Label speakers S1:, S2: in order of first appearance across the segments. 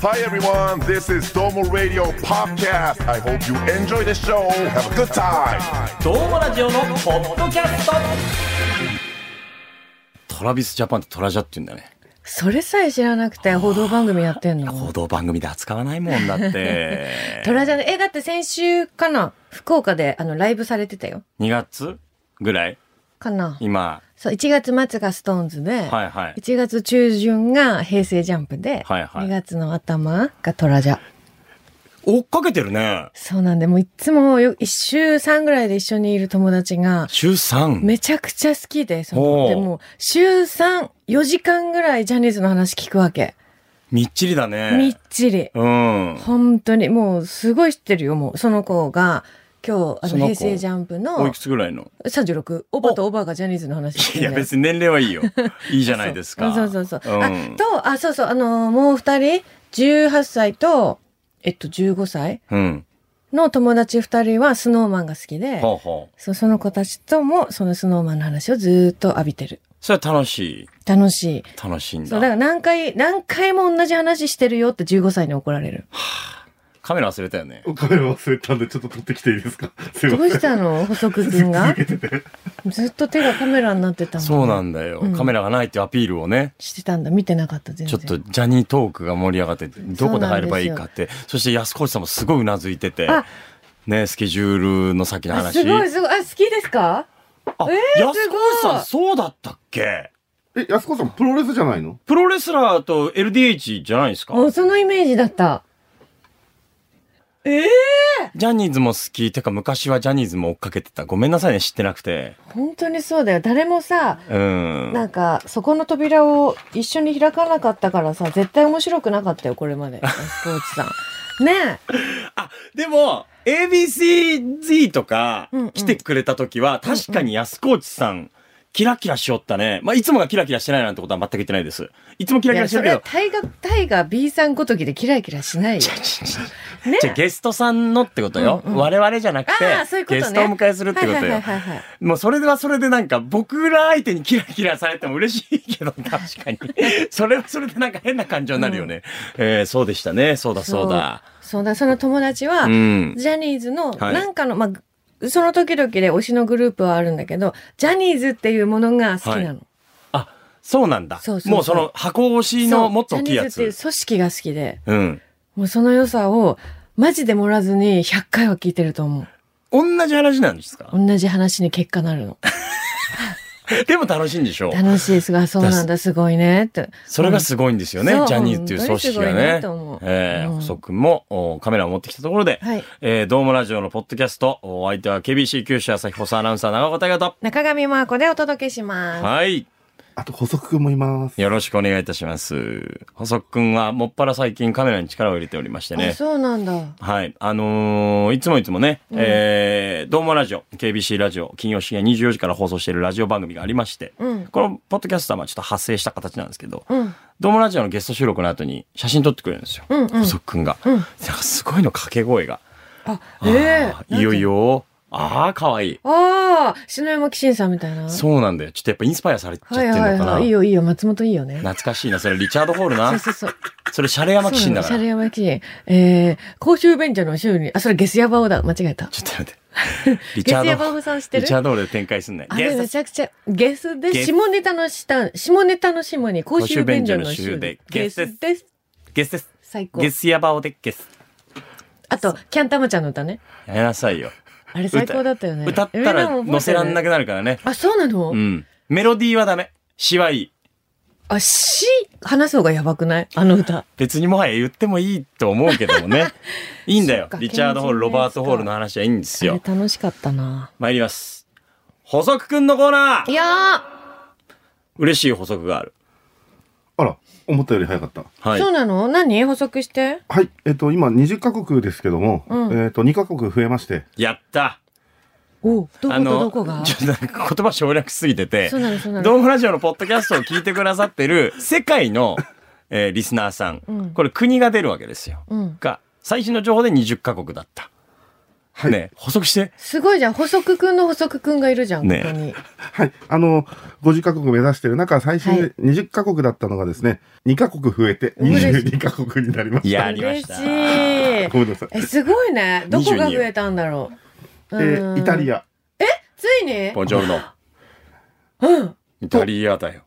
S1: Hi everyone, this is Domo Radio Podcast. I hope you enjoy the show. Have a good time.
S2: どうもラジオのポッドキャスト
S3: トラビスジャパンってトラジャって言うんだね。
S4: それさえ知らなくて報道番組やってんの
S3: 報道番組で扱わないもんだって。
S4: トラジャの、え、だって先週かな福岡であのライブされてたよ。
S3: 2月ぐらい
S4: かな
S3: 今。
S4: そう、1月末がストーンズで、
S3: はいはい。
S4: 1月中旬が平成ジャンプで、
S3: はいはい
S4: 2月の頭がトラジャ。
S3: 追っかけてるね。
S4: そうなんで、もういつもよ1週3ぐらいで一緒にいる友達が、
S3: 週 3?
S4: めちゃくちゃ好きで、そ
S3: お
S4: の、
S3: う
S4: でも、週3、4時間ぐらいジャニーズの話聞くわけ。
S3: みっちりだね。
S4: みっちり。
S3: うん。
S4: 本当に、もうすごい知ってるよ、もう。その子が、今日、あ
S3: そ
S4: の、
S3: の子
S4: 平成ジャンプ
S3: おい
S4: の
S3: くつぐらいの
S4: 36、オバとオバがジャニーズの話して
S3: いや
S4: るんだよ
S3: 別に年齢はい いよ。いいじゃないですか。
S4: そうそうそうそう。
S3: ん
S4: あ、と、あ、そうそう、あのーもう二人、18歳と、えっと、15歳
S3: うん。
S4: の友達二人はスノーマンが好きで、
S3: ほうほう。
S4: そうその子たちとも、そのスノーマンの話をずーっと浴びてる。
S3: それは楽しい。
S4: 楽しい。
S3: 楽しいん
S4: そう、だか
S3: だ。
S4: ら何回、何回も同じ話してるよって15歳に怒られる。
S3: カメラ忘れたよね。
S5: カメラ忘れたんで、ちょっと撮ってきていいですか すい
S4: ど
S5: ま
S4: うしたの 細くくんが。ずっと手がカメラになってたもん
S3: そうなんだよ。
S4: うん
S3: カメラがないっていうアピールをね。
S4: してたんだ。見てなかった、全
S3: ちょ
S4: 然。
S3: っとジャニートークが盛り上がっててどこで入ればいいかってそして安越さんもすごいうなずいてて
S4: あ、
S3: ね、スケジュールの先の
S4: あ
S3: 話
S4: すごい、すごい。あ、好きですか
S3: あ
S4: えー
S3: 安
S4: すごい
S3: 越さんそうだったっけ
S5: え、安子さん、プロレスじゃないの
S3: プロレスラーと LDH じゃないですか
S4: もうそのイメージだった。ええ
S3: ジャニーズも好きてか昔はジャニーズも追っかけてたごめんなさいね知ってなくて
S4: 本当にそうだよ。誰もさ、
S3: うん
S4: なんか、そこの扉を一緒に開かなかったからさ、絶対面白くなかったよ、これ まで。スポーツさん。ねえ。
S3: でも ABCZ とか
S4: うんうん
S3: 来てくれた時は確かに安河内さんキラキラしよったね。まあ、いつもがキラキラしてないなんてことは全く言ってないです。いつもキラキ
S4: い
S3: ラ
S4: や、
S3: して
S4: そ
S3: るけ
S4: れ
S3: ど
S4: は、タイガ、タイガ B さんごときでキラキラしな いよ。ね
S3: じゃあゲストさんのってことよ。我々じゃなくて、
S4: ああ、そういうことね。
S3: ゲストをお迎えするってことよ。
S4: はいはいはいはいはい。
S3: もうそれはそれでなんか僕ら相手にキラキラされても嬉しいけど確か にそれはそれでなんか変な感情になるよね、えーそうでしたねそうだそうだ
S4: そうだ、その友達は、
S3: うん
S4: ジャニーズの、
S3: はい
S4: なんかの、まあ、その時々で推しのグループはあるんだけど、ジャニーズっていうものが好きなの。
S3: あそうなんだ
S4: そうそうそう
S3: もうその箱推しの
S4: そう
S3: もっと大きいや
S4: ジャニーズ
S3: つ
S4: っていう組織が好きで、
S3: うん
S4: もうその良さを、マジで盛らずに100回は聞いてると思う。
S3: 同じ話なんですか
S4: 同じ話に結果なるの。
S3: でも楽しいんでしょう
S4: 楽しいですが、そう なんだ、すごいね、って。
S3: それがすごいんですよね、
S4: うん
S3: ジャニーズっていう組織が
S4: そう本当にすごい
S3: ね
S4: なと思う
S3: えー
S4: うん
S3: 細くんもおカメラを持ってきたところで、
S4: はい
S3: えー、ドームラジオのポッドキャスト、お相手は KBC 九州朝日放送アナウンサー長岡大和と。
S4: 中上真亜子でお届けしま
S3: はい。
S5: あと、細くくんもいます。
S3: よろしくお願いいたします。細くんはもっぱら最近カメラに力を入れておりまして
S4: す。あ、
S3: ね。
S4: そうなんだ。
S3: はい。あのーいつもいつもね、えー、どうもラジオ、KBC ラジオ、金曜深夜24時から放送しているラジオ番組がありまして、
S4: うん
S3: このポッドキャストはまあちょっと発生した形なんですけど、
S4: うん。
S3: どうもラジオのゲスト収録の後に写真撮ってくれるんですよ。
S4: うんうん
S3: 細くんが。
S4: うん
S3: なんかすごいの掛け声が。
S4: あ、え
S3: あ
S4: え
S3: ーいよい。よ、ああ、かわいい。
S4: ああ、篠山紀信さんみたいな。
S3: そうなんだよ。ちょっとやっぱインスパイアされちゃって
S4: はい
S3: るの
S4: はい
S3: かな。
S4: はい。いいよいいよ、松本いいよね。
S3: 懐かしいな。それリチャード・ホール
S4: そう
S3: な。
S4: そうそう。
S3: それシャレ山騎士だから。
S4: シャレ山騎士。えー、公衆便所の修理。あ、それゲスヤバオだ。間違えた。
S3: ちょっと待って。 リチャード。
S4: ゲスヤバオさん知ってる
S3: リチャード・ホールで展開すんない。
S4: あれ
S3: ゲ
S4: め
S3: ス
S4: ちゃくちゃ、ゲスで、
S3: ゲス
S4: 下ネタの下、下ネタの下に、公衆便所の
S3: 公衆便所の衆
S4: 衆
S3: で
S4: で、
S3: ゲ
S4: ゲ
S3: スです
S4: スです。
S3: ゲスです。
S4: 最高
S3: ゲ。スヤバオでゲス。
S4: あと、キャンタマちゃんの歌ね。
S3: やめなさいよ。
S4: あれ最高だったよね。
S3: 歌った
S4: えみん
S3: ら
S4: も覚え
S3: 載
S4: て
S3: せ
S4: る
S3: らんなくなるからね。
S4: あ、そうなの、
S3: うん。メロディーはダメ。詩はいい。
S4: あ、し、話す方がやばくないあの歌。
S3: 別にもはや言ってもいいと思うけども ね。いいんだよ
S4: そっ。か
S3: リチャード・ホール、ロ
S4: 賢
S3: バー
S4: 人のやつか
S3: ト・ホールの話はいいんです
S4: あれ
S3: よ。
S4: 楽しかったな。
S3: 参ります。補足くんのコーナ
S4: い
S3: ー
S4: や
S3: 嬉しい補足がある。
S5: あら、思ったより早かった。
S4: ー、
S3: はい
S4: そ。うなの何補足して。
S5: はい、えっ、と、今、20カ国ですけども、
S4: うん
S5: えっ、と、2カ国増えまして、
S3: やった
S4: おうどことどこ
S3: あ
S4: が
S3: のちょっとなんか言葉省略しすぎてて、
S4: そうなのそうなの
S3: ドームラジオのポッドキャストを聞いてくださってる世界の、えーリスナーさん、
S4: うん
S3: これ国が出るわけですよ。
S4: うん。
S3: が、最新の情報で20カ国だった。
S5: はい
S3: ね、補足して。
S4: すごいじゃん。補足くんの補足くんがいるじゃん、こ
S3: ね
S4: こに。
S5: はい。あの、50カ国目指してる中、最
S4: は
S5: 新
S4: い
S5: 20カ国だったのがですね、2カ国増えて22カ国になりました。
S3: やりま
S4: 嬉
S3: し。
S4: したい。
S5: ごめんなさい。
S4: え、すごいね。どこが増えたんだろう。
S5: で、イタリ
S4: ア。
S5: ア。
S4: ついに
S3: ボンジョルノ。イタリアだよ。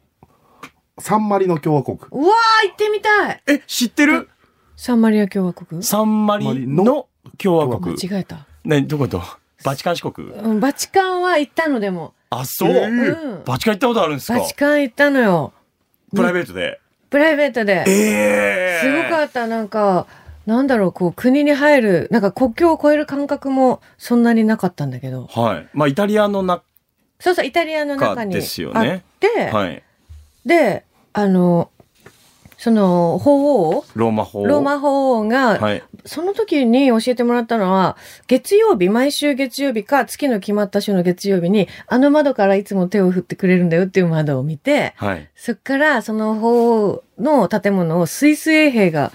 S5: サンマリノ共和国。
S4: うわー、行ってみたい。
S3: え、知ってる
S4: サンマリア共和国
S3: サンマリの共和国。
S4: 間違えた。
S3: ね、どことバチカン四国
S4: うん、バチカンは行ったのでも。
S3: あ、そう、
S4: うん
S3: バチカン行ったことあるんですか
S4: バチカン行ったのよ。
S3: プライベートで。
S4: プライベートで。
S3: え
S4: すごかった。なんか、なんだろう、こう、国に入る、なんか国境を越える感覚もそんなになかったんだけど。
S3: はい。まあ、イタリアの中、
S4: そうそう、イタリアの中にあ
S3: か
S4: っ
S3: です
S4: て、
S3: よねはい。
S4: で、あの、その、法王
S3: ローマ法。
S4: ローマ法王が、
S3: はい。
S4: その時に教えてもらったのは、月曜日、毎週月曜日か、月の決まった週の月曜日に、あの窓からいつも手を振ってくれるんだよっていう窓を見て、
S3: はい。
S4: そっからその法の建物をスイス衛兵が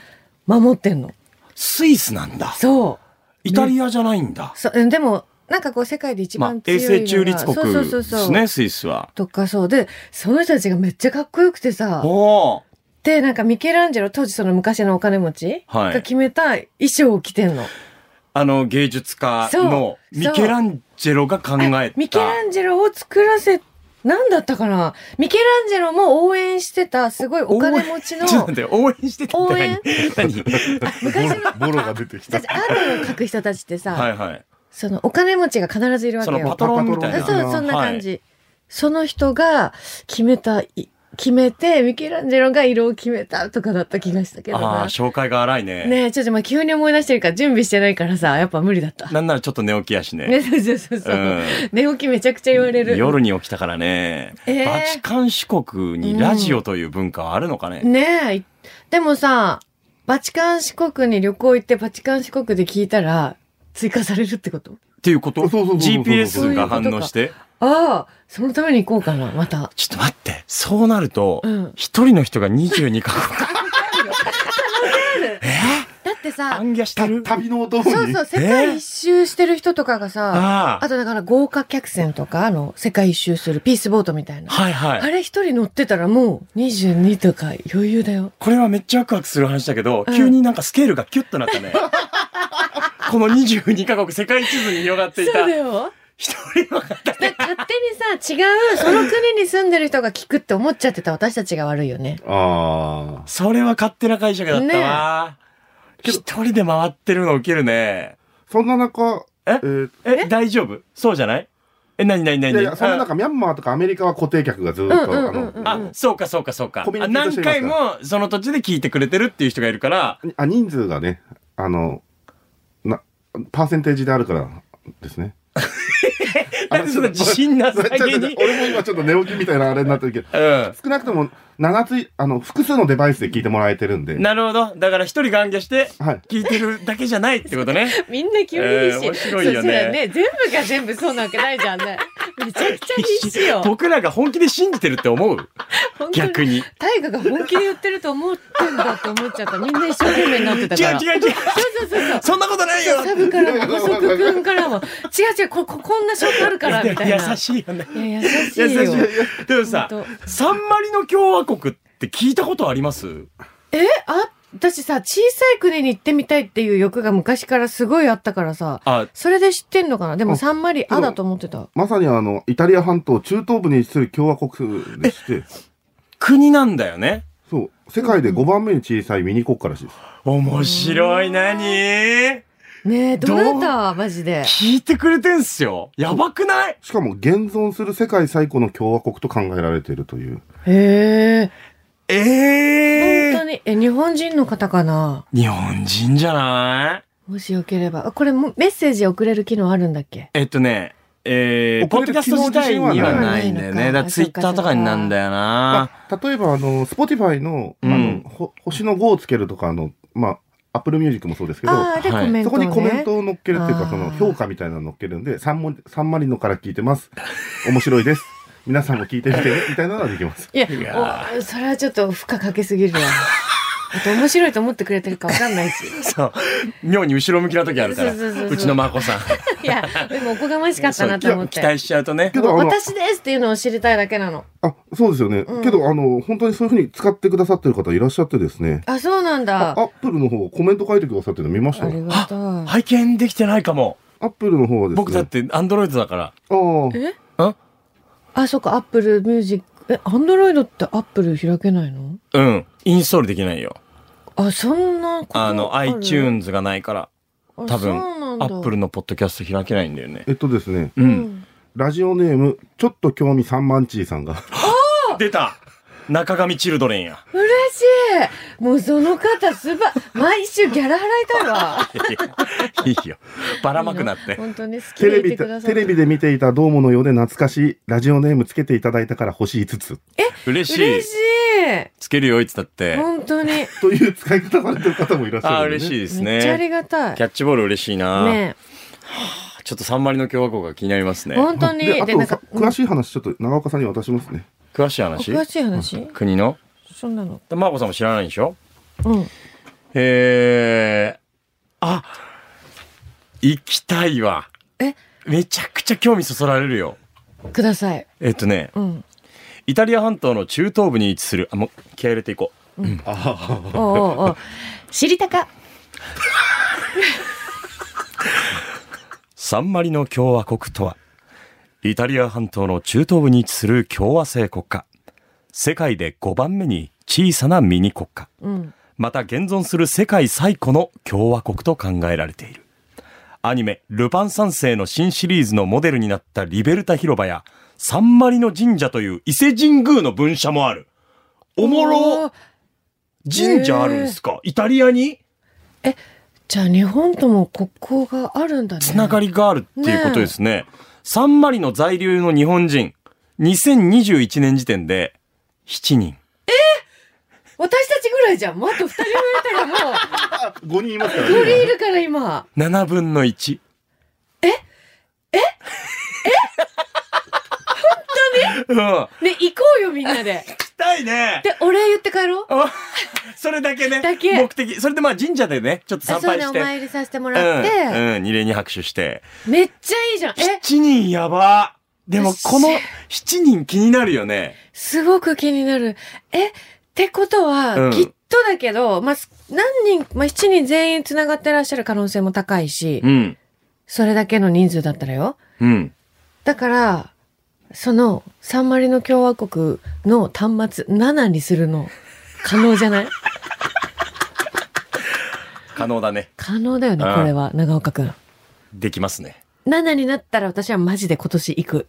S4: 守ってんの。
S3: スイスなんだ。
S4: そ
S3: イタリアじゃないんだ
S4: う。。そうんでも、なんかこう世界で一
S3: まあ
S4: 番、強い
S3: 衛
S4: のが、
S3: 星中立国
S4: そうそうそう
S3: で
S4: そう
S3: すね、スイスは。
S4: とかそう。で、その人たちがめっちゃかっこよくてさ、
S3: おお。
S4: で、なんかミケランジェロ、当時その昔のお金持ち
S3: はい
S4: が決めた衣装を着てんの。
S3: あの、芸術家の
S4: そう
S3: ミケランジェロが考えた。
S4: ミケランジェロを作らせ、なんだったかなミケランジェロも応援してた、すごいお金持ちの、
S3: ちょっと待って、応援してたっ
S4: 応
S3: て
S4: 援
S3: 何何
S4: 昔の
S5: ボロボロが出てき
S4: 人た
S5: た
S4: ち、。アートを描く人たちってさ、
S3: はいはい。
S4: そのお金持ちが必ずいるわけ
S3: そのパ
S4: よ。
S3: トロンみたい
S4: あ
S3: な。
S5: パトロ
S4: そ
S5: ン
S4: う、そんな感じ。その人が決めたい、決めて、ミケランジェロが色を決めたとかだった気がしたけど
S3: ああ
S4: な
S3: ー、。紹介が荒いね。
S4: ねえ、ちょっとまあ急に思い出してるから準備してないからさ、やっぱ無理だった。
S3: なんならちょっと寝起きやしね。
S4: ね、 そうそうそうそう、
S3: うん
S4: 寝起きめちゃくちゃ言われる。
S3: 夜に起きたからね、
S4: えー
S3: バチカン四国にラジオという文化はあるのかね、
S4: ねえい。でもさ、バチカン四国に旅行行ってバチカン四国で聞いたら追加されるってこと
S3: っていうこと
S5: そうそうそうそう
S3: ?GPS が反応して
S4: ああ、そのために行こうかな、また。
S3: ちょっと待って、そうなると
S4: うん、
S3: 一、人の人が22カ国。
S4: だってさ、
S3: 暗夜して る
S5: 旅のお供に。
S4: そうそう、世界一周してる人とかがさ、
S3: あ
S4: あとだから豪華客船とか、あの、世界一周するピースボートみたい
S3: あ。
S4: な。
S3: はいはい。
S4: あれ一人乗ってたらもう22とか余裕だよ。
S3: これはめっちゃワクワクする話だけど、
S4: うん
S3: 急になんかスケールがキュッとなったね。この22カ国世界地図に広がってい
S4: そう
S3: た
S4: だよ。
S3: 一人の方
S4: だから勝手にさ、違う、その国に住んでる人が聞くって思っちゃってた私たちが悪いよね。
S5: ああ。
S3: それは勝手な解釈だったわ。
S5: ねえ
S3: 一人で回ってるのウケるね。
S5: そんな中、
S3: え
S5: ー
S3: え、大丈夫そうじゃないえ、なになにない
S5: や
S3: に
S5: いや、そんな中、ミャンマーとかアメリカは固定客がずっと、
S4: うんうん
S5: あの
S4: うんうん、
S3: あ、そうかそうかそうか。
S5: コミュ
S3: あ
S5: ニティとし
S3: 何
S5: てい
S3: 回
S5: ますから
S3: もその土地で聞いてくれてるっていう人がいるから、
S5: あ人数がね、あの、な、パーセンテージであるからですね。
S3: なんでそんな自信なさげに。
S5: 俺も今ちょっと寝起きみたいなあれになってるけど、
S3: う
S5: 少なくとも7つい、あの、複数のデバイスで聞いてもらえてるんで
S3: ん。。なるほど。だから一人が暗記して、
S5: はい。
S3: 聞いてるだけじゃないってことね。
S4: みんな急に必死、
S3: えー面白いよね
S4: そうそうだ全部が全部そうなわけないじゃんね。めちゃくちゃ必 死よ。
S3: 僕らが本気で信じてるって思う
S4: 本当
S3: 逆に。
S4: 大河が本気で言ってると思ってんだって思っちゃった。みんな一生懸命になってた
S3: 違
S4: から。
S3: う違う違う
S4: そうそうそうそう。
S3: そんなことないよ
S4: サブからも補足君からも違う違うこここんな証拠あるからみたいな。
S3: 優しいよね。
S4: いや優しいよ。
S3: 優しい。でもさ
S4: 本、
S3: サンマリの共和国って聞いたことあります
S4: えあ私さ小さい国に行ってみたいっていう欲が昔からすごいあったからさ。
S3: あ、
S4: それで知ってんのかなでも
S5: あ
S4: サンマリアだと思ってた。
S5: まさにあの、イタリア半島中東部に位置する共和国 でして、
S3: 国なんだよね。
S5: そう、世界で5番目に小さいミニ国家らしいです。
S3: 面白いなに
S4: ねえどうだったマジ で。
S3: 聞いてくれてんすよ。やばくない
S5: しかも現存する世界最古の共和国と考えられているという。
S4: へ
S3: え
S4: え。本
S3: え
S4: 当に、え、日本人の方かな
S3: 日本人じゃない
S4: もしよければ。あこれもメッセージ送れる機能あるんだっけ
S3: えっとね、えー、ポ
S5: 遅
S3: ッ
S5: れ
S3: ド
S5: て
S3: キャスト自体には
S5: 昨日
S3: ないんだよね。だからツイッターとかになんだよな。
S5: まあ、例えばあの、Spotify の、あの、
S3: うん
S5: ほ星の5をつけるとか、あの、まあ、Apple Music もそうですけど、
S4: ああ、で、
S3: はい
S4: コメン
S5: そ
S4: ト、
S5: こ
S4: ね。
S5: にコメントを乗っけるっていう
S4: あ
S5: か、
S4: ー
S5: その評価みたいなの乗っけるんで、サンモサンマリノから聞いてます。面白いです。 皆さんも聞いてみてね、みたいなのはできます。
S4: いや、おそれはちょっと負荷かけすぎるわ。あと面白いと思ってくれてるかわかんないし。
S3: そう。妙に後ろ向きな時あるから。
S4: そうそうそうそう
S3: うちの眞子 さん。
S4: いや、でもおこがましかったなと思っ
S3: 期
S4: て。
S3: 待しちゃうとね
S5: け。どあの、
S4: 私ですっていうのを知りたいだけなの。
S5: あ、そうですよね。けど、あの、本当にそういうふうに使ってくださってる方いらっしゃってですね。
S4: あ、そうなんだ。
S5: ア
S4: あ
S5: ップルの方、コメント書いてくださってるの見ました
S4: り
S5: ア
S4: がとう
S3: あ。拝見できてないかも。
S5: ップルの方はですね。
S3: 僕だってアンドロイドだか
S5: ああ。
S4: え
S3: ら。ん
S4: あ、そっか、アップルミュージック。え、アンドロイドってアップル開けないの
S3: うん。インストールできないよ。
S4: あ、そんなこと
S3: あの、
S4: る
S3: iTunes がないから、
S4: あ
S3: 多
S4: そう
S3: 分
S4: な、んだ
S3: アップルのポッドキャスト開けないんだよね。
S5: えっとですね、
S3: う。
S4: うんん。
S5: ラジオネーム、ちょっと興味三万チーさんが。
S3: 出た中上チルドレンや。
S4: 嬉しいもうその方すば、毎週ギャラ払いたいわ。
S3: いいよ。ばらまくなって。
S4: 本当に好きで
S5: テレ
S4: いて
S5: ビ、
S4: くださ
S5: テレビ
S4: で
S5: で見ていたドームのようで懐かしい、ラジオネームつけていただいたから星5つ。
S3: 嬉しい
S4: 嬉し。い
S3: つけるよ、いつだって。
S4: 本当に。
S5: という使い方されてる方もいらっしゃる、
S3: あー、嬉しい
S5: い。
S3: です
S4: めっちゃあり
S3: ね。
S4: がたい
S3: キ。ャッチボール嬉しいな。
S4: ね
S3: ちょっと三割の共和国が気になりますね
S4: え。本当に。
S5: で、あ
S4: で、
S5: と
S4: なんか
S5: さ、、詳しい話、ちょっと長岡さんに渡しますね。
S3: 詳しい
S4: お
S3: 話
S4: 詳しい話
S3: 国の
S4: そんなの。
S3: で、マーコさんも知らないでしょ
S4: うん。
S3: えー、あ、行きたいわ。
S4: え
S3: めちゃくちゃ興味そそられるよ。
S4: ください。
S3: えっとね、
S4: うん。
S3: イタリア半島の中東部に位置する、あ、もう気合入れていこう。
S4: おうおうおう。知りたか。
S3: サンマリの共和国とは、イタリア半島の中東部に位置する共和制国家。世界で5番目に小さなミニ国家。
S4: うん。
S3: また現存する世界最古の共和国と考えられている。アニメ、ルパン三世の新シリーズのモデルになったリベルタ広場や、サンマリノ神社という伊勢神宮の分社もある。おもろ
S4: ー
S3: 神社あるんですか、イタリアに
S4: じゃあ日本とも国交があるんだね。
S3: つながりがあるっていうことですね。サンマリノ在留の日本人、2021年時点で7人。
S4: 私たちぐらいじゃん。もっと二人増えたらも
S5: 5人いますから
S4: う、よりいるから今。
S3: 7分の1。えええ本当にうん。
S4: ね、行こうよみんなで。
S3: 行きたいね
S4: で、お礼言って帰ろう。
S3: あ それだけね
S4: だけ
S3: 目的それでまあ神社でねちょっと参
S4: そう
S3: 拝
S4: ね、お
S3: して
S4: 参りさせてもらって。
S3: うん、うん、二礼に拍手して
S4: めっちゃいいじゃん。え、
S3: 7人やばでも
S4: よっしゃ
S3: この7人気になるよね
S4: すごく気になる。え、ってことは、
S3: うん
S4: きっとだけど、まあ、す何人、まあ、7人全員繋がってらっしゃる可能性も高いし、
S3: うん
S4: それだけの人数だったらよ。
S3: うん
S4: だから、その、サンマリノ共和国の端末7にするの、可能じ ゃない
S3: 可能だね
S4: 可能だよね、
S3: うん
S4: これは、長岡くん。
S3: できますね
S4: 7になったら私はマジで今年行 く。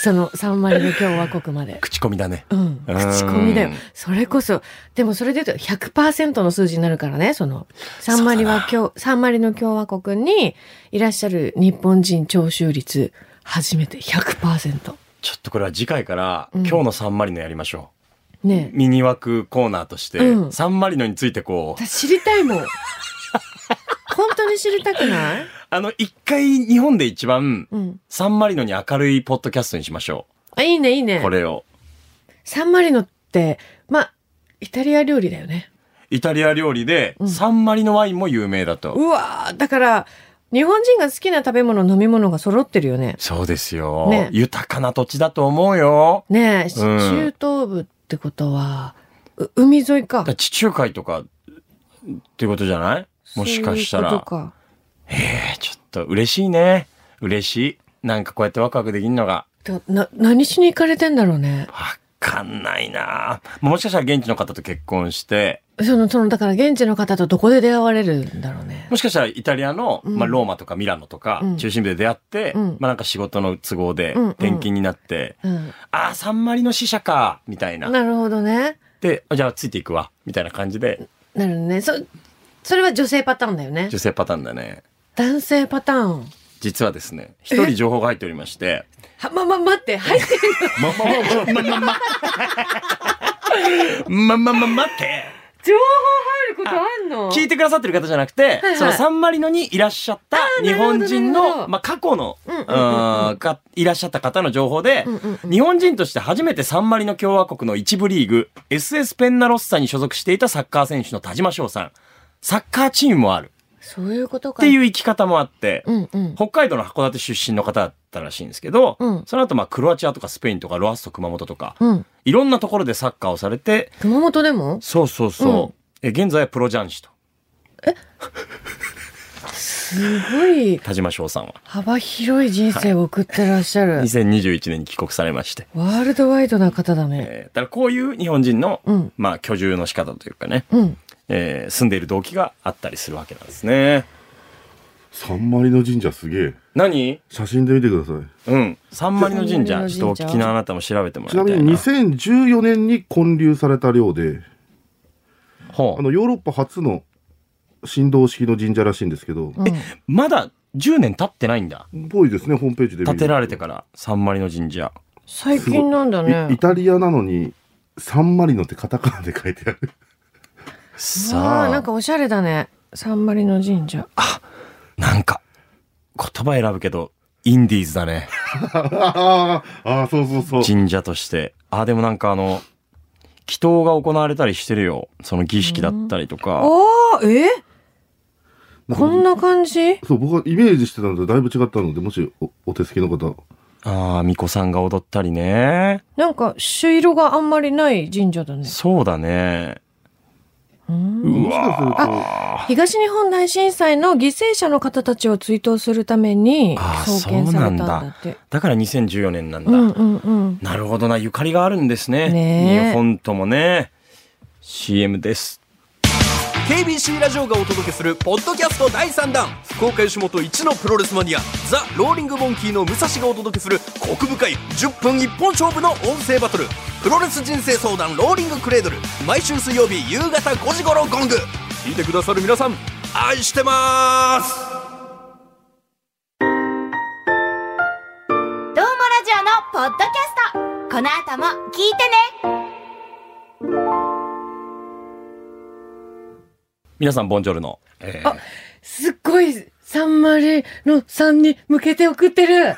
S4: その、サンマリノ共和国まで。
S3: 口コミだね
S4: うん。口コミだよ。それこそ、でもそれで言うと100%の数字になるからね、その、サンマリは今日、サンマリの共和国にいらっしゃる日本人徴収率、初めて100%。
S3: ちょっとこれは次回から、
S4: うん
S3: 今日のサンマリノやりましょう
S4: ねえ。
S3: ミニ枠コーナーとして、
S4: うん
S3: サンマリノについてこう
S4: 私知りたいもん。本当に知りたくない
S3: あの一回日本で一番、
S4: うん。
S3: サンマリノに明るいポッドキャストにしましょ
S4: あ、いいね、いいね
S3: うこ。れを
S4: サンマリノって、まあ、イタリア料理だよね。
S3: イタリア料理で、
S4: ん
S3: サンマリノワインも有名だと。
S4: うわー、だから、日本人が好きな食べ物、飲み物が揃ってるよね。
S3: そうですよ、
S4: ね
S3: 豊かな土地だと思うよ。
S4: ねえ、し
S3: うん
S4: 中東部ってことは、う海沿いか
S3: だから。地中海とか、っていうことじゃないもしかしたら。
S4: そういうことか
S3: えーちょっと嬉しいね。嬉しい。なんかこうやってワクワクできるのが、
S4: だな、何しに行かれてんだろうね。
S3: わかんないなもしかしたら現地の方と結婚して、
S4: その、その、だから現地の方とどこで出会われるんだろうね。
S3: もしかしたらイタリアの、
S4: うん
S3: まあローマとかミラノとか
S4: うん、
S3: 中心部で出会って、
S4: うん
S3: まあなんか仕事の都合で
S4: うんうん
S3: 転勤になって、
S4: うん。
S3: ああ、サンマリノ支社か、みたいな。
S4: なるほどね。
S3: で、あじゃあついていくわ、みたいな感じで、
S4: なるほどね。そ、それは女性パターンだよね
S3: 女。性パターンだね。
S4: 男性パターン。
S3: 実はですね、一人情報が入っておりまして、
S4: は、ま、ま、待って、入って る。
S3: ま、ま、ま、ま、ま、ま、ま、ま、ま、待って
S4: 情報入ることあんの
S3: 聞いてくださってる方じゃなくて、
S4: はい
S3: そのサンマリノにいらっしゃった日本人
S4: なるほ
S3: の、
S4: どなるほど
S3: まあ、過去の、
S4: うんうんうんうん
S3: うんかいらっしゃった方の情報で、
S4: うんうんうん
S3: 日本人として初めてサンマリノ共和国の一部リーグ、SS ペンナロッサに所属していたサッカー選手の田島翔さん、サッカーチームもある
S4: そういうことか。。
S3: っていうう生き方もあって、
S4: うんうん。
S3: 北海道の函館出身の方だったらしいんですけど、
S4: うん
S3: その後まあクロアチアとかスペインとかロアッソ熊本とか、
S4: うん。
S3: いろんなところでサッカーをされて、
S4: 熊本でも
S3: そうそうそう、
S4: うん
S3: え現在はプロ雀士と、
S4: すごい
S3: 田島翔さんは。
S4: 幅広い人生を送ってらっしゃ る。
S3: 2021年に帰国されまして。
S4: ワールドワイドな方だね。
S3: えーだからこういう日本人の、
S4: うん
S3: まあ居住の仕方というかね、
S4: うん。
S3: えー住んでいる動機があったりするわけなんですね。
S5: サンマリノ神社すげえ。
S3: 何
S5: 写真で見てください。
S3: うん。三丸の神
S4: 三丸
S3: 社、
S4: の神社
S3: ちょっとお聞きのあなたも調べてもらい
S5: ち
S3: た
S5: ない
S3: な。
S5: みに2014年に建立された寮で、
S3: ほう
S5: あの、ヨーロッパ初の振動式の神社らしいんですけど、
S4: うん
S3: まだ10年経ってないんだ。
S5: ぽいですね、ホームページで見る
S3: 建てられてから、三丸の神社。
S4: 最近なんだ
S5: いイ
S4: ね。
S5: タリアなのに、サンマリノってカタカナで書いてある。
S3: さ
S4: あ
S3: あ、
S4: あ、
S3: な
S4: なん
S3: んか、
S4: かおしゃれだね。サンマリノ神社。
S3: 言葉選ぶけど、インディーズだね。
S5: ああ、ああ、そうそうそう。
S3: 神社として。あ、でもなんかあの、祈祷が行われたりしてるよ。その儀式だったりとか。
S4: ああ、え
S5: なんか
S4: こんな感じ
S5: そう、僕はイメージしてたのとだいぶ違ったので、もしおお手すきの方、
S3: ああ、巫女さんが踊ったりね。
S4: なんか朱色があんまりない神社だね。
S3: そうだね。うわー
S4: 東日本大震災の犠牲者の方たちを追悼するために
S3: あー
S4: 創建されたんだっ
S3: そう
S4: て。
S3: だから2014年なんだ。
S4: うんうんうん。
S3: なるほどな、ゆかりがあるんですね。
S4: ねえ
S3: 日本ともね。CM です。
S6: KBC ラジオがお届けするポッドキャスト第3弾福岡吉本一のプロレスマニアザ・ローリング・モンキーの武蔵がお届けするコク深い10分一本勝負の音声バトルプロレス人生相談ローリングクレードル毎週水曜日夕方5時頃ゴング聞いてくださる皆さん愛してます
S7: どうもラジオのポッドキャストこの後も聞いてね
S3: 皆さん、ボンジョルの。えー
S4: すっごい、サンマリの3に向けて送ってる。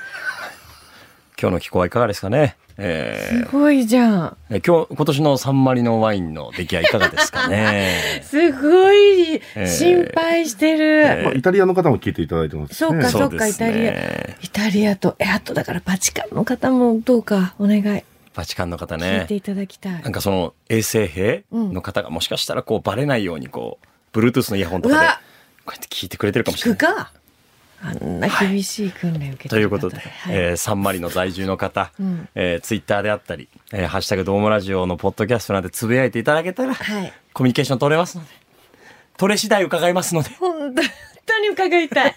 S3: 今日の気候はいかがですかね。え
S4: すごいじゃん。。
S3: ーえ今日、今年のサンマリのワインの出来はいかがですかね
S4: すごい
S3: え、ー
S4: 心配してる。
S5: まあ、イタリアの方も聞いていただいてます、ね。
S4: そうか
S3: そうです
S4: イタリ
S3: ね。
S4: イタリアと、え、あとだからバチカンの方もどうかお願い、
S3: バチカンの方
S4: 聞い
S3: ね
S4: て。いただきたい
S3: なん。かその衛生兵の方がもしかしたらこうバレないようにこう、Bluetooth のイヤホンとか
S4: う
S3: で
S4: わ
S3: こうやって聞いてくれてるかもし
S4: 聞
S3: れ
S4: く
S3: ない。
S4: かあんな厳しい訓練受けて
S3: とい
S4: る
S3: うこ
S4: 方
S3: と
S4: で
S3: で、
S4: はい
S3: えーサンマリの在住の方、
S4: うん
S3: えーツイッターであったり、えーハッシュタグドームラジオのポッドキャストなんてつぶやいていただけたら、
S4: はい。
S3: コミュニケーション取れますので、取れ次第伺いますので、
S4: 本当に伺いたい。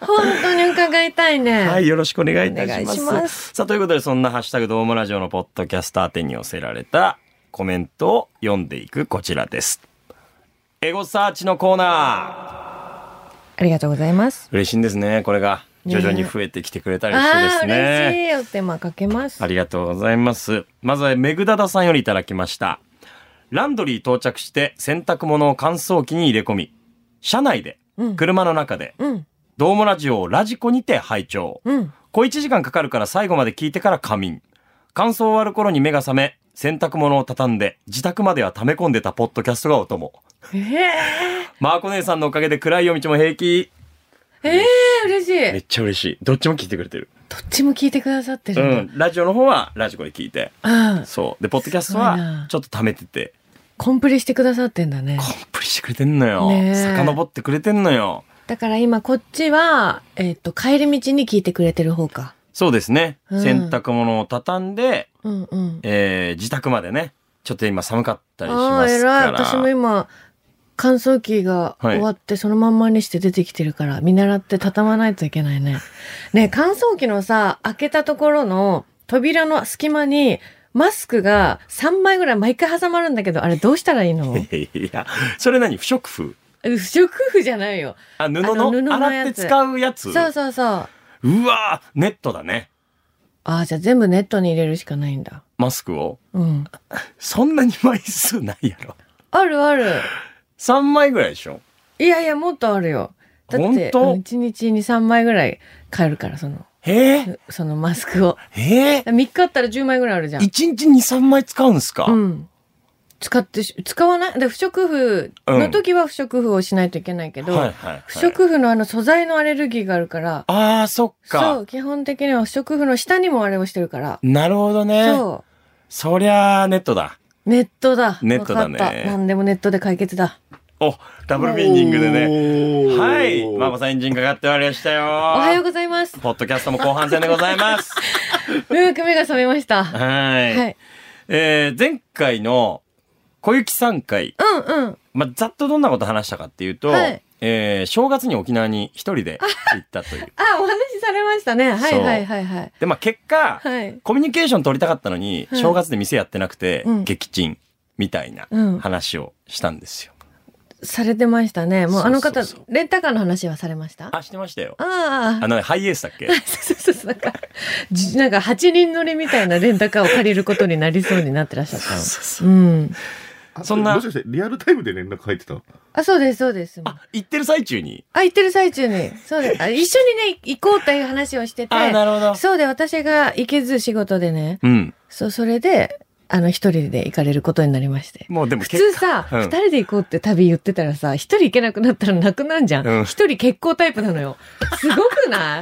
S4: 本当に伺いたいね。
S3: はい、よろしくお願いいたします。
S4: お願いします
S3: さあ、ということで、そんなハッシュタグドームラジオのポッドキャスター宛てに寄せられたコメントを読んでいくこちらです。エゴサーチのコーナー。
S4: ありがとうございます。
S3: 嬉しいんですね、これが。
S4: ね
S3: 徐々に増えてきてくれたりしてで
S4: ああ
S3: す
S4: ー、
S3: ね。
S4: 嬉しい。お手間かけます
S3: あ。りがとうございます。まずは、メグダダさんよりいただきました。ランドリー到着して洗濯物を乾燥機に入れ込み、車内で、
S4: うん
S3: 車の中で、
S4: うん、
S3: ドームラジオをラジコにて拝聴。
S4: うん。
S3: 小1時間かかるから最後まで聞いてから仮眠。乾燥終わる頃に目が覚め、洗濯物を畳んで、自宅までは溜め込んでたポッドキャストがお供。
S4: ええ
S3: マーコ姉さんのおかげで暗い夜道も平気。
S4: ー、ええー、嬉し
S3: め
S4: い
S3: っ。ちゃ嬉しい。どっちも聞いてくれてる。
S4: どっちも聞いてくださって
S3: う
S4: るん
S3: ん。ラジオの方はラジコで聞いて。
S4: だ。うん。
S3: そう。で、ポッドキャスト
S4: すごいな
S3: はちょっと溜めてて、
S4: コンプリしてくださってんだね
S3: コ。ンプリしてくれてんのよ。
S4: ねえ
S3: 遡ってくれてんのよ。
S4: だから今こっちは、えっ、と、帰り道に聞いてくれてる方か。
S3: そうですね。
S4: うん
S3: 洗濯物を畳んで、
S4: うんうん。
S3: えー自宅までね。ちょっと今寒かったりし
S4: ああ
S3: ま
S4: ー、
S3: す
S4: 偉
S3: から。
S4: い。私も今、乾燥機が
S3: はい
S4: 終わってそのまんまにして出てきてるから、見習って畳まないといけな いね。ねえ乾燥機のさ、開けたところの扉の隙間に、マスクが3枚ぐらい毎回挟まるんだけど、あれどうしたらい いの
S3: いや、それ何不織布
S4: 不織布じゃないよ。
S3: あ、布の
S4: あの布の
S3: 洗って使うやつ。
S4: そうそうそう。あ
S3: うわーネットだね。
S4: あ、じゃあ全部ネットに入れるしかないんだ。
S3: マスクを。
S4: うん。
S3: そんなに枚数ないやろ。
S4: あるある。
S3: 3枚ぐらいでしょ
S4: いやいや、もっとあるよ。だって、
S3: 本当
S4: うん一日に3枚ぐらい買えるから、その、
S3: へえ
S4: そのマスクを。
S3: へえ
S4: 3日あったら10枚ぐらいあるじゃん。
S3: 一日に3枚使うんすか、
S4: うん。使ってし、使わないで、不織布の時は不織布をしないといけないけど、
S3: はいはい、はい。
S4: 不織布のあの素材のアレルギーがあるから、
S3: ああ、そっ
S4: そ
S3: か
S4: う、。基本的には不織布の下にもあれをしてるから、
S3: なるほどね。
S4: そ
S3: そりゃあ、ネットだ。
S4: う、ネットだ。
S3: ネットだね
S4: わかった何でもネットで解決だ。
S3: お、ダブルミーニングでね。
S5: ね
S3: はい。ママさんエンジンかかってまいりましたよ。お
S4: おはようございます。
S3: ポッドキャストも後半戦でござい ます。
S4: ようやく目が覚めました。は
S3: はい。
S4: い。
S3: えー、前回の小雪さん会、
S4: うんうん。
S3: まあ、ざっとどんなこと話したかっていうと、
S4: はい
S3: えー、正月に沖縄に一人で行ったという。
S4: あ、お話しされましたね。はいはいはいはい。
S3: で、まあ、結果、
S4: はい。
S3: コミュニケーション取りたかったのに、
S4: はい
S3: 正月で店やってなくて、
S4: うん
S3: 撃沈みたいな
S4: うん
S3: 話をしたんですよ。
S4: されてましたね。もう
S3: そう
S4: あの方
S3: そうそ、
S4: レンタカーの話はされましたあ
S3: あ、してましたよ。
S4: あ
S3: あ。の、ハイエースだっけ
S4: そうそうそう。なんか、じなんか8人乗りみたいなレンタカーを借りることになりそうになってらっしゃったの。うん。
S3: そんな
S5: もしかしてリアルタイムで連絡入ってた
S4: あ、そうです、そうです。
S3: あ、行ってる最中に。
S4: あ、行ってる最中に。そうです。あ一緒にね、行こうっていう話をしてて。
S3: あ、なるほど。
S4: そうで、私が行けず仕事でね。
S3: うん。
S4: そう、それで、あの、一人で行かれることになりまして。
S3: もうでも
S4: 普
S3: 結
S4: 通さ、
S3: うん
S4: 二、人で行こうって旅言ってたらさ、一人行けなくなったらなくなんじゃ
S3: うん
S4: ん。一、人結構タイプなのよ。すごくない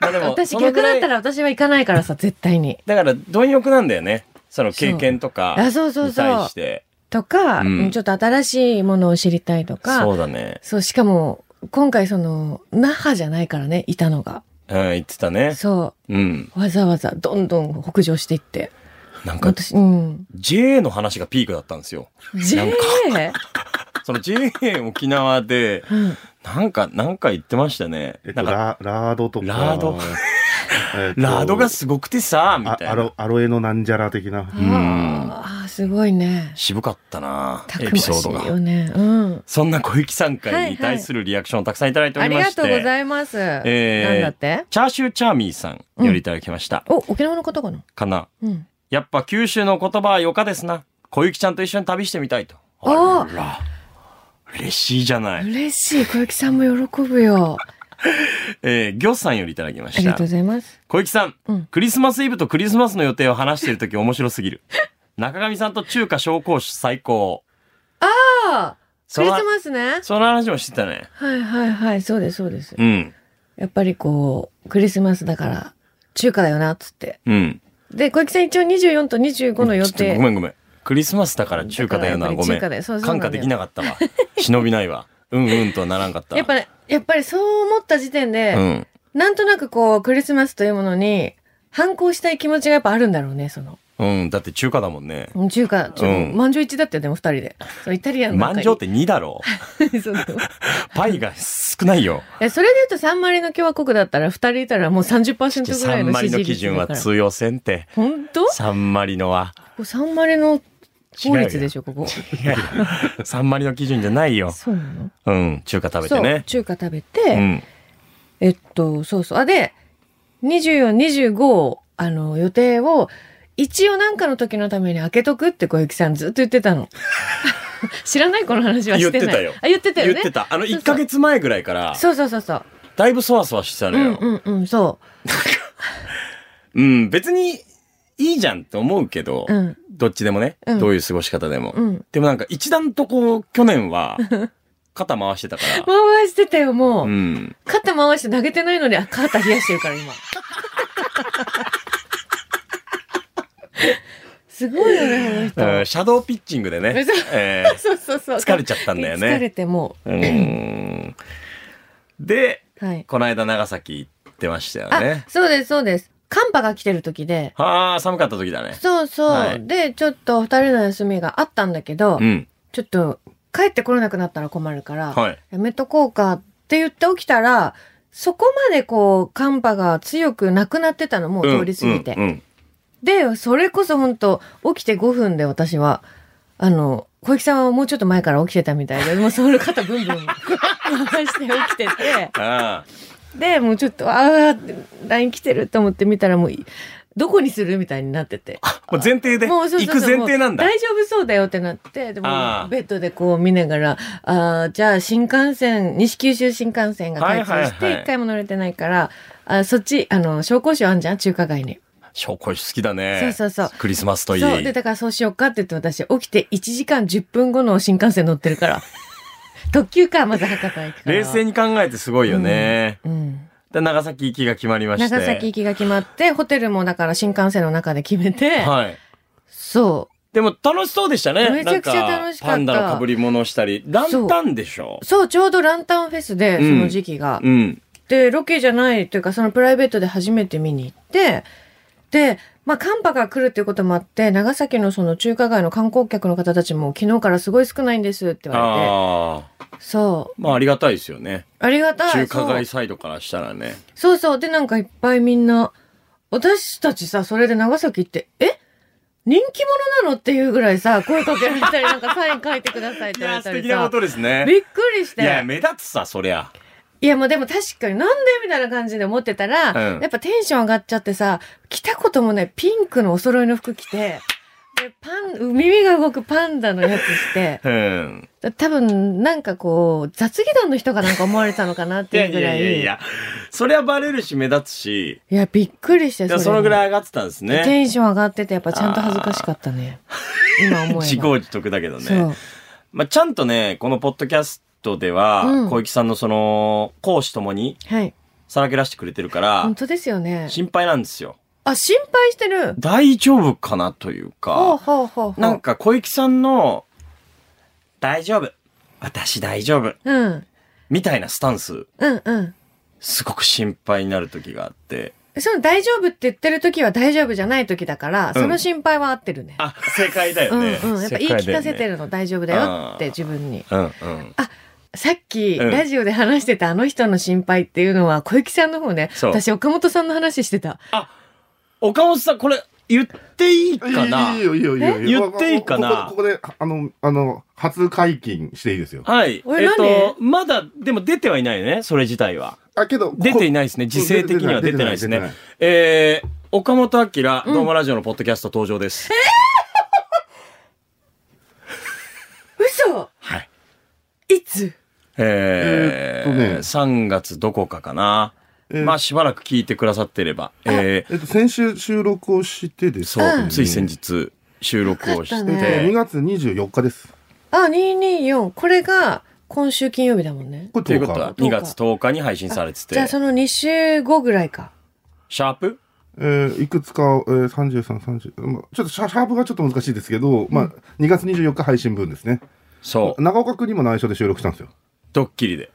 S3: まあでも
S4: 私
S3: その
S4: 逆
S3: ぐら
S4: だ
S3: い
S4: ったら私は行かないからさ、絶対に。
S3: だから貪欲なんだよね。その経験とか
S4: そうあそうそう
S3: に
S4: そう
S3: 対して。
S4: とか、
S3: うん
S4: ちょっと新しいものを知りたいとか、
S3: そうだね。
S4: そう、しかも、今回その、那覇じゃないからね、いたのが。
S3: うん、言ってたね。
S4: そ
S3: うん。
S4: う、わざわざどんどん北上していって。
S3: なんか、
S4: 私、うん。
S3: JA の話がピークだったんですよ。
S4: JA?
S3: その JA 沖縄で、
S4: うん。
S3: なんか、なんか言ってましたね。
S5: えっ
S3: な
S5: と、
S3: んか、
S5: ララードとか。
S3: ラード
S5: えっと
S3: ラードがすごくてさ、み
S5: あ
S3: た
S5: ア
S3: いな。
S5: ロアロエのなんじゃら的な。
S3: ん
S4: ああ、すごいね。
S3: 渋かったな
S4: たく
S3: エ
S4: ま
S3: ピ
S4: し
S3: ソード
S4: いよ
S3: が。
S4: ね。うん。
S3: そんな小雪さん
S4: はい
S3: 会
S4: は
S3: に
S4: い
S3: 対するリアクションをたくさんいただいてお
S4: あ
S3: り
S4: り
S3: ま
S4: が
S3: して。
S4: とうございます。
S3: えー
S4: なんだって
S3: チャーシューチャーミーさんよりいただきました。
S4: お、沖縄の方かな
S3: かな。
S4: うん。
S3: やっぱ九州の言葉はよかですな。小雪ちゃんと一緒に旅してみたいと。
S4: お
S3: あら。嬉しいじゃない。
S4: 嬉しい。小雪さんも喜ぶよ。
S3: えー、ぎょさんよりいただきま
S4: あり
S3: し
S4: が
S3: た
S4: とう。ございます。
S3: 小雪さん,、
S4: うん
S3: クリスマスイブとクリスマスの予定を話してるとき面白すぎる。 中上さんと中華紹興酒最高。
S4: ああ、
S3: そ
S4: ク
S3: の
S4: リスマスね。
S3: その話もしてたね。
S4: はいはいはい、そうですそうです。
S3: うん。
S4: やっぱりこう、クリスマスだから、中華だよな、っつって。
S3: うん。
S4: で、小池さん一応24と25の予
S3: ちょっとご
S4: 定。
S3: めんごめん。クリスマスだから中華だよな、
S4: だからやっぱり
S3: ごめ。
S4: 中華だよそうんそう
S3: 感
S4: なんだ
S3: 化
S4: よ
S3: できなかったわ。忍びないわ。うんうんとはならんかったわ。
S4: やっぱ、やっぱりそう思った時点で、
S3: うん。
S4: なんとなくこう、クリスマスというものに、反抗したい気持ちがやっぱあるんだろうね、その。
S3: うん。だって中華だもんね。
S4: 中華、ちょっ
S3: うん
S4: と、満場一致だったよ、でも二人で。そう、イタリアンの中
S3: 満
S4: に
S3: 場って2だろ
S4: そうそう
S3: パイが少ないよ。
S4: えそれで言うと、サンマリの共和国だったら、二人いたらもう30%ぐらい
S3: 3
S4: の
S3: 割
S4: 支
S3: の
S4: 持
S3: 基
S4: 率
S3: 準
S4: だ
S3: は
S4: から。
S3: 通用せんって。
S4: 本当
S3: 3割のは。
S4: ここサンマリの法律でし
S3: ょ。
S4: ょ、ここ。
S3: いやいや3割の基準じゃないよ。
S4: そうなの
S3: うん。中華食べて
S4: そう
S3: ね。
S4: 中華食べて、
S3: うん。
S4: えっとそうそうあで2425をあの予定を一応なんかの時のために開けとくって小雪さんずっと言っ てたの知らないこの話はしてない
S3: 言ってたよ
S4: あ言ってたよね
S3: 言ってた。あの、
S4: そうそう
S3: 1ヶ月前ぐらいから、
S4: そうそうそうそう
S3: だいぶそわそわしてた
S4: う
S3: の
S4: ん
S3: よ。
S4: うんうんそ
S3: うん。別に、いいじゃんって思うけど
S4: う、うん
S3: どっちでもね、
S4: うん
S3: どういう過ごし方でも
S4: う。ん
S3: でもなんか、一段とこう、去年 は、肩回してたか
S4: 回してたよも
S3: ら。
S4: う、
S3: うん。
S4: 肩回して投げてないのにあ肩冷やしてるから今すごいよねあの人、
S3: うんシャドーピッチングでね
S4: そう、
S3: えー
S4: そうそうそう
S3: 疲れちゃったんだよね
S4: 疲れても
S3: うーんで、
S4: うはい
S3: この間長崎行ってましたよ
S4: あ
S3: ね、。
S4: そうです、そうです。寒波が来てる時で、
S3: はあ、寒かった時だね。
S4: そうそう。
S3: はい
S4: で、ちょっと二人の休みがあったんだけど、
S3: うん。
S4: ちょっと帰ってこれなくなったら困るから、
S3: はい。
S4: やめとこうかって言って起きたら、そこまでこう、寒波が強くなくなってたの、もう通り過ぎ
S3: う
S4: て。
S3: んうんうん
S4: で、それこそ本当起きて5分で私は、あの、小池さんはもうちょっと前から起きてたみ たいで、もうその肩ブンブン回して起きてて、
S3: ああ、
S4: で、もうちょっと、ああ、LINE 来てると思って見たらもうい、どこにするみたいになってて。
S3: もう前提で。
S4: もうそう
S3: 行
S4: そ
S3: く
S4: うそう
S3: 前提なんだ
S4: もう。大丈夫そうだよってなって、でも
S3: あー、
S4: ベッドでこう見ながら、ああ、じゃあ新幹線、西九州新幹線が開通し
S3: はいはい
S4: て、
S3: はい
S4: 一回も乗れてないから、あーそっち、あの、紹興酒あんじゃん中華街に。
S3: 紹興酒好きだね。
S4: そうそうそう
S3: クリスマスといい。
S4: そう。で、だからそうしようかって言って私、起きて1時間10分後の新幹線乗ってるから。 特急か、まず博多行くから。
S3: 冷静
S4: に。
S3: に考えてすごいよね。
S4: うん。
S3: で、長崎行きが決まりまして。
S4: 長崎行きが決まって、ホテルもだから新幹線の中で決めて、
S3: はい。
S4: そ
S3: でも楽しそうでしたね。
S4: めちゃくちゃ
S3: なん
S4: 楽しかった
S3: パンダの被り物をしたり。ランタンでしょ
S4: う。そう、ちょうどランタンフェスで、その時期が。
S3: うん。
S4: で、ロケじゃないというか、そのプライベートで初めて見に行って、で、まあ、寒波が来るっていうこともあって、長崎のその中華街の観光客の方たちも昨日からすごい少ないんですって言わ
S3: ああ。
S4: れて、そう、
S3: まあありがたいですよね。
S4: ありがたい。
S3: 中華
S4: そう
S3: 街サイドからしたらね。
S4: そうそう。で、なんかいっぱいみんな、私たちさ、それで長崎行って、え人気者なのっていうぐらいさ、声かけられたり、なんかサイン書いてくださいって
S3: い
S4: 言わ
S3: や、
S4: れた
S3: 素
S4: り
S3: 敵な
S4: さ
S3: こ。とですね。
S4: びっくりして。
S3: いや、目立つさ、そりゃ。
S4: いや、もうでも確かになんでみたいな感じで思ってたら、
S3: うん
S4: やっぱテンション上がっちゃってさ、着たこともないピンクのお揃いの服着て、で、パン、耳が動くパンダのやつして、
S3: うん。
S4: 多分なんかこう、雑技団の人がなんか思われたのかなっ
S3: い
S4: て
S3: や
S4: いう
S3: い
S4: ぐら
S3: や
S4: い。
S3: いやいや、そりゃバレるし目立つし、
S4: いやびっくりして
S3: いや
S4: れ
S3: そのぐらい上がってたんです
S4: テ
S3: ね。
S4: ンション上がってて、やっぱちゃんと恥ずかしかったね。今思えば。
S3: 自業自得だけど
S4: そ
S3: ね
S4: う。。
S3: まあ、ちゃんとね、このポッドキャストでは、
S4: うん
S3: 小雪さんのその、講師ともに
S4: はい。
S3: さらけ出してくれてるから
S4: 本、当ですよね。
S3: 心配なんですよ。
S4: あ、心配してる。
S3: 大丈夫かなという
S4: ほう
S3: か、
S4: ほうほうほう。
S3: なんか小雪さんの、大丈夫。私大丈夫。
S4: うん。
S3: みたいなスタンス、
S4: うんうん。
S3: すごく心配になる時があって。
S4: その大丈夫って言ってる時は大丈夫じゃない時だから、その心配は合ってるね。
S3: あ、正解だ
S4: う
S3: よ
S4: んうん。
S3: ね
S4: やっ。ぱ言い聞かせてるの大丈夫だよって自分に。
S3: うんうん。
S4: さっき、
S3: うん
S4: ラジオで話してたあの人の心配っていうのは、小雪さんの方ね。
S3: そう
S4: 私、岡本さんの話してた。
S3: 岡本さん、これ、言っていいかない
S5: いよいいよいいよいいよ。
S3: 言っていいかな
S5: ここここで、あの、あの、初解禁していいですよ。
S3: はい。
S4: おい
S3: えっと、まだ、でも出てはいないよね、それ自体は。
S5: あ、けど、ここ
S3: 出ていないですね。時勢的には出てないです
S5: 出て
S3: ね
S5: ない。
S3: えー、岡本明、どうもラジオのポッドキャスト登場です。
S4: 嘘
S3: はい。
S4: いつ
S3: えー
S5: えーっとね
S3: 3月どこかかな。まあ、しばらく聞いてくださってれば。えー
S5: えっと、先週収録をしてです
S3: そう、つい先
S5: 日。
S3: 日、収録をし
S4: よ
S3: て、
S4: かった
S5: えっ
S3: っ
S5: と、2月24日です。
S4: あ、224。これが今週金曜日だもんね。
S5: これ
S3: ていう
S5: 10
S3: こ
S5: 日。
S3: とは、2月10日に配信されて
S4: じゃあ
S3: て
S4: そ、の2週後ぐらいか。
S3: シャープ
S5: えーいくつか、えー、33、30、まあ、ちょっとシャシャープがちょっと難しいですけど、まあ、2月24日配信分ですね。
S3: そう、
S5: 長岡君にも内緒で収録したんですよ。
S3: ドッキリで。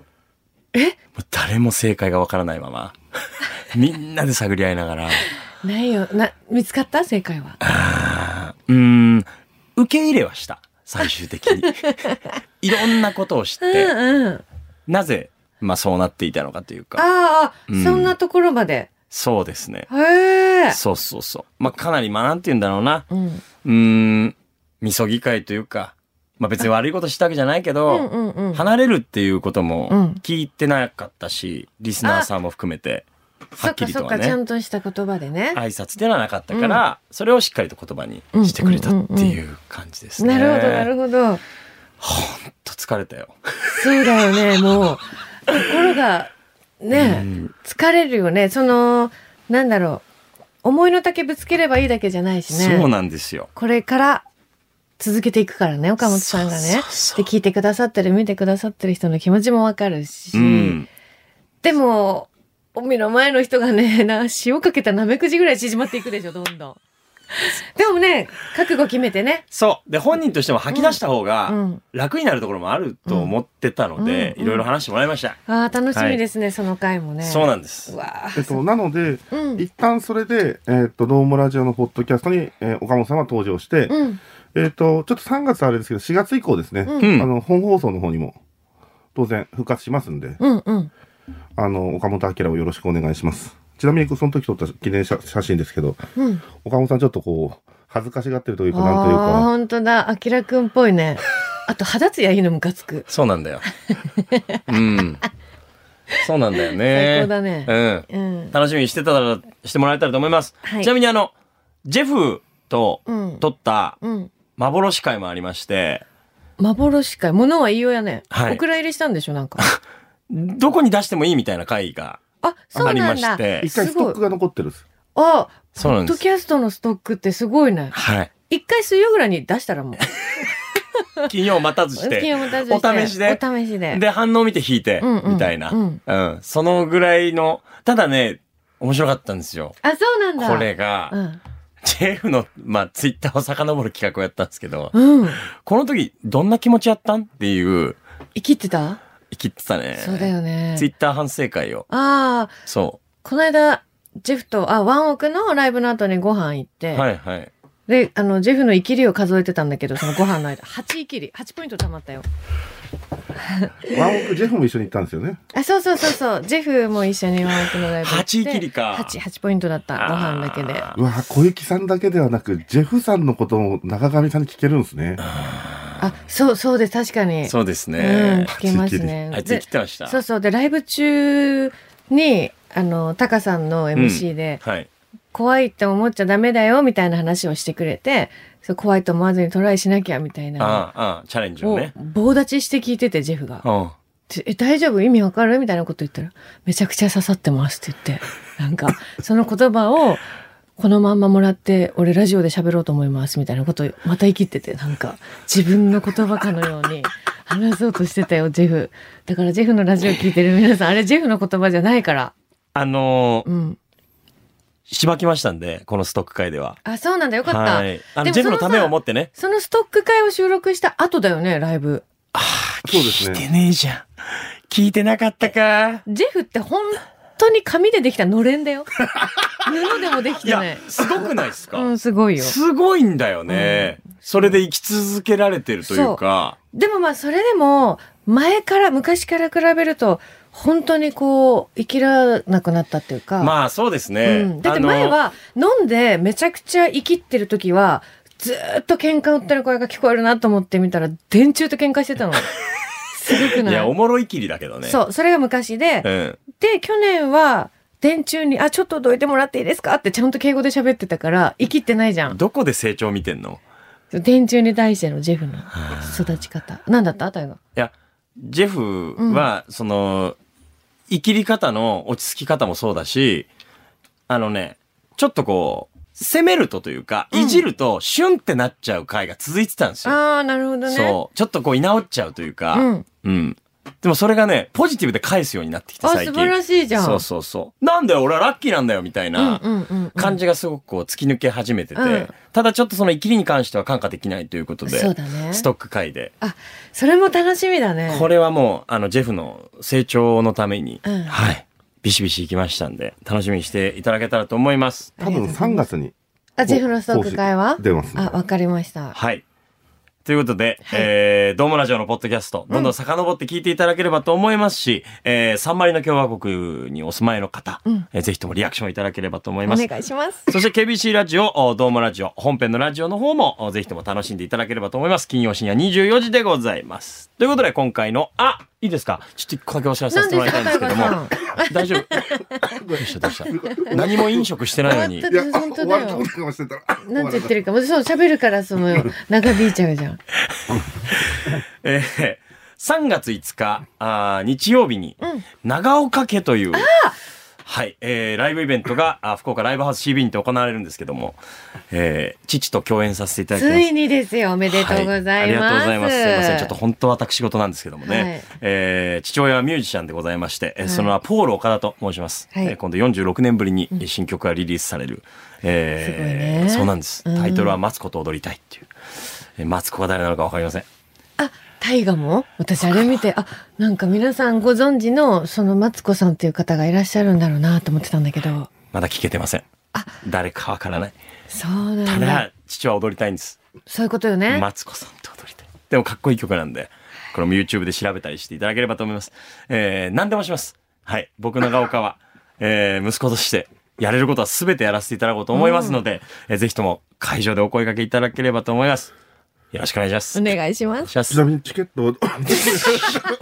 S4: え
S3: もう誰も正解がわからないま ま、みんなで探り合いながら、
S4: ないよ。な、見つかった正解は。
S3: うーん、受け入れはした。最終的 に。いろんなことを知っ
S4: うん
S3: て、
S4: うん。あ
S3: なぜ、まあそうなっていたのかというか。
S4: あ、
S3: うん
S4: そんなところまで。
S3: そうですね。
S4: へえ。
S3: そうそうそう。まあかなり、まあなんて言うんだろうな。
S4: うん。
S3: うーん、みそぎ会というか、まあ別に悪いことしたわけじゃないけ
S4: うん
S3: ど、
S4: うんうん。
S3: 離れるっていうことも
S4: うん
S3: 聞いてなかったし、リスナーさんも含めて、は
S4: そ
S3: っ
S4: っ
S3: き
S4: か
S3: り
S4: そ
S3: と
S4: っ
S3: は
S4: か、ちゃ
S3: ね、
S4: んとした言葉でね。
S3: 挨拶ではなかったから、それをしっかりと言葉にしてくれたっていう感じですね。
S4: なるほど、なるほど。
S3: ほんと疲れたよ。
S4: そうだよね、もう。心が、ね、疲れるよね。その、なんだろう。思いの丈ぶつければいいだけじゃないしね。
S3: そうなんですよ。
S4: これから続けていくからね、岡本さんがね。
S3: そうそうそう
S4: で、聞いてくださってる、見てくださってる人の気持ちもわかるし。
S3: うん。
S4: でも、お目の前の人がね、な、塩かけたなめくじぐらい縮まっていくでしょ、どんどん。でもね、覚悟決めてね。
S3: そう。で、本人としても吐き出した方
S4: う
S3: が
S4: ん
S3: 楽になるところもあると思ってたので、
S4: うん
S3: いろいろ話してもらいました。
S4: ああ、楽しみですね、その回もね。
S3: そうなんんです。
S4: わあ
S5: えっと、なので、
S4: うん
S5: 一旦それで、えっと、ドームラジオのポッドキャストに、えー岡本さんは登場して、
S4: うん。
S5: えっと、ちょっと3月あれですけど、4月以降ですね、
S3: ん
S5: あの、本放送の方にも、当然復活しますんで、
S4: うんうん。
S5: あの、岡本明をよろしくお願いします。ちなみに、その時撮った記念写写真ですけど、
S4: うん。
S5: 岡本さんちょっとこう、恥ずかしがってるというか、なんという
S4: ああ、
S5: か、
S4: 本当だ。あきらくんっぽい ね。あと、肌ツヤいいのムカつく。
S3: そうなんだよ。うん。そうなんだよね。
S4: 最高だね
S3: うん。
S4: うん。
S3: 楽しみにしてたら、してもらえたらと思います。
S4: はい
S3: ちなみにあの、ジェフと
S4: うん
S3: 撮った
S4: うん。
S3: 幻会もありまして、
S4: 幻かい。物は言いようやね。
S3: はい
S4: お蔵入りしたんでしょ、な んか。
S3: どこに出してもいいみたいな会が
S4: あ、そ
S3: あ
S4: う
S3: り
S4: な
S3: ま
S4: ん
S3: し
S4: だ。
S3: て、
S5: 一回ストックが残ってるんです。
S4: あ、
S3: そうなんで
S4: ポッド
S3: す。
S4: キャストのストックってすごいね。
S3: はい。
S4: 一回水曜ぐらいに出したらもう。
S3: 金曜待たず し
S4: 好き
S3: て、
S4: を持たずして
S3: お試しで
S4: お試しで。
S3: で、反応見て弾いて
S4: うん、うん
S3: みたいな。
S4: う
S3: うんん。そのぐらいの、ただね、面白かったんですよ。
S4: あ、そうなんだ。
S3: これが、
S4: うん。
S3: ジェフの、まあ、ツイッターを遡る企画をやったんですけど、
S4: うん。
S3: この時、どんな気持ちやったんっていう、
S4: 生きてた
S3: 生きてたね。
S4: そうだよね
S3: ツイ。ッター反省会を。
S4: ああ、
S3: そ
S4: この間、ジェフと、あ、ワンオクのライブの後にご飯行っ
S3: う。
S4: て、
S3: はいはい。
S4: で、あの、ジェフの生きりを数えてたんだけど、そのご飯の間、8生きり、8ポイント貯まったよ。
S5: ワンオクジェフも一緒に行ったんですよね。
S4: あ、そうそうそうそう、ジェフも一緒にワンオクのライブ行っ
S3: 8
S4: て。
S3: 生きりか
S4: 8、8ポイントだった、ご飯だけで。
S5: うわ小雪さんだけではなく、ジェフさんのことも中上さんに聞けるんですね。
S4: あ、そうそうです、確かに。
S3: そうです
S4: うん、
S3: ね。
S4: 聞けますね。
S3: あいつ生きてました。
S4: そうそう。で、ライブ中に、あの、タカさんの MC で、
S3: はい。
S4: 怖いって思っちゃダメだよ、みたいな話をしてくれて、そう怖いと思わずにトライしなきゃ、みたい
S3: あ
S4: な
S3: あ、ああ、チャレンジ
S4: の
S3: を
S4: を、
S3: ね。
S4: 棒立ちして聞いてて、ジェフが。
S3: うん。
S4: でえ、大丈夫意味わかるみたいなこと言ったら、めちゃくちゃ刺さってますって言って、なんか、その言葉を、このまんまもらって、俺ラジオで喋ろうと思います、みたいなことを、また生きてて、なんか、自分の言葉かのように、話そうとしてたよ、ジェフ。だから、ジェフのラジオ聞いてる皆さん、あれ、ジェフの言葉じゃないから。
S3: あのー
S4: うん。
S3: しばきましたんで、このストック会では。
S4: あ、そうなんだ、よかった。
S3: はい。あの、
S4: でも
S3: ジェフの
S4: そ
S3: た
S4: さ
S3: めを思ってね。
S4: そのストック会を収録した後だよね、ライブ。
S5: そうです
S3: 聞いて
S5: ね。
S3: ねえじゃん。聞いてなかったか。
S4: ジェフって本当に紙でできたのれんだよ。布でもで
S3: い
S4: きてない
S3: や。、すごくないですか
S4: うん、すごいよ。
S3: すごいんだよね。それで生き続けられてるというか。
S4: でもまあそれでも前から昔から比べると本当にこう生きらなくなったっていうか、
S3: まあ、そうです
S4: う
S3: ね
S4: ん、。だって前は飲んでめちゃくちゃ生きってる時はずーっと喧嘩売ってる声が聞こえるなと思ってみたら電柱と喧嘩し てたのすご
S3: あ
S4: く
S3: の、
S4: ないい
S3: や、おもろいきりだけどね。
S4: そうそれが昔で、
S3: うん。
S4: で去年は電柱に「あちょっとどいてもらっていいですか?」ってちゃんと敬語で喋ってたから生きってないじゃん
S3: どこで成長見てんの
S4: 電柱に対してのジェフの育ち方何だったタイガ
S3: いや、ジェフは、その、生きり方の落ち着き方もそうだし、あのね、ちょっとこう、攻めるとというか、いじると、シュンってなっちゃう回が続いてたんですよ。
S4: ああーなるほどね
S3: そう。ちょっとこう、居直っちゃうというか、
S4: うん
S3: うん。でもそれがね、ポジティブで返すようになってきて、
S4: あ
S3: 最近。
S4: 素晴らしいじゃん
S3: そうそうそう。なんだよ、俺はラッキーなんだよ、みたいな
S4: うんうんうんうん
S3: 感じがすごくこう、突き抜け始めてて、
S4: うん
S3: ただちょっとその、生きりに関しては感化できないということで、
S4: そうだね
S3: ストック回で。
S4: あそれも楽しみだね
S3: これはもう、あの、ジェフの成長のために、
S4: うん
S3: はい。ビシビシ行きましたんで、楽しみにしていただけたらと思います。
S5: 多分3月に。
S4: あジェフのストック会は
S5: 講師出ますね
S4: あわかりました
S3: はい。ということで、えー、ドームラジオのポッドキャスト、どんどん遡って聞いていただければと思いますし、えー、サンマリの共和国にお住まいの方、えーぜひともリアクションいただければと思い
S4: お
S3: ます。
S4: 願いします
S3: そして KBC ラジオ、おドームラジオ、本編のラジオの方も、おぜひとも楽しんでいただければと思います。金曜深夜24時でございます。ということで、今回の、あ、いいですかちょっと一個だけお知らせさせてもらいたいんですけども
S4: なん。
S3: 大丈夫。どうしたどうした。何も飲食してないのに
S4: 終。
S5: いや、
S4: わった
S5: あ
S4: 本当
S5: 終
S4: だ
S5: わると
S4: よ
S5: 思ってましてたら。
S4: なんて言ってるかもうそう喋るから その長引いちゃうじゃん
S3: えー3月5日あー日曜日に、長岡家という、はい、えーライブイベントが、あ福岡ライブハウス CB にて行われるんですけども、えー父と共演させていただきます。
S4: ついにですよおめでとうございます、
S3: はいありがとうございます。すいません。ちょっと本当私事なんですけどもね。
S4: はい
S3: えー父親はミュージシャンでございまして、えー
S4: はい
S3: その名はポール岡田と申します。
S4: はい
S3: えー今度46年ぶりに新曲がリリースされる。え
S4: すごいね
S3: そうなんです。
S4: うん
S3: タイトルはマツコと踊りたいっていう。えーマツコが誰なのかわかりません。
S4: あ大河も私あれ見てあなんか皆さんご存知のそのマツコさんっていう方がいらっしゃるんだろうなと思ってたんだけど
S3: まだ聞けてません。誰かわからない。
S4: そうな
S3: た
S4: んだ
S3: だ、父は踊りたいんです。
S4: そういうことよね、
S3: マツコさんと踊りたい。でもかっこいい曲なんで、これも YouTube で調べたりしていただければと思います。えー、何でもします。はい。僕長岡は、 えー、息子として、やれることは全てやらせていただこうと思いますので、えーぜひとも会場でお声掛けいただければと思います。よろしくお願いします。
S4: お
S3: お願
S4: 願いしま
S3: い
S4: す。
S3: しま
S5: ち
S3: す。
S5: なみにチケットは、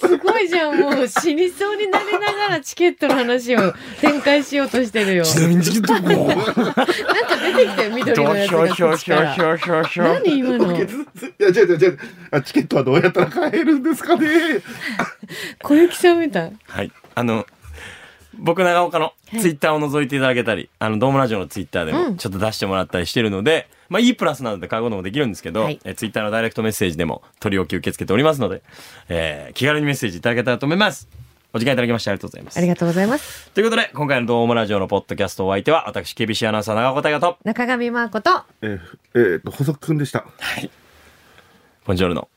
S4: すごいじゃん、もう死にそうになりながらチケットの話を展開しようとしてるよ。
S3: ちなみに、ちょっと、もう、
S4: なんか出てきたよ、緑のやつ
S3: ひょ
S4: が
S3: ひょ
S4: 口
S3: ひ
S4: か
S3: ょ
S4: ら
S3: ひ。ょひょひょ。
S4: 何今の。
S5: いや、違う違う違う。あチケットはどうやったら買えるんですかね
S4: 小雪さんみたい。
S3: はい。あの、僕長岡のツイッターを覗いていただけたり、あの、ドームラジオのツイッターで
S4: う
S3: も
S4: ん
S3: ちょっと出してもらったりしてるので、まあ、いいプラスなので買うこともできるんですけど、
S4: はい
S3: えツイッターのダイレクトメッセージでも取り置き受け付けておりますので、えー気軽にメッセージいただけたらと思います。お時間いただきましてありがとうございます。
S4: ありがとうございます。
S3: ということで、今回のドームラジオのポッドキャストお相手は、私、KBC アナウンサー長岡大和と、
S4: 中上真亜子と、
S5: えーえーと、補足くんでした。
S3: ボンジョルの。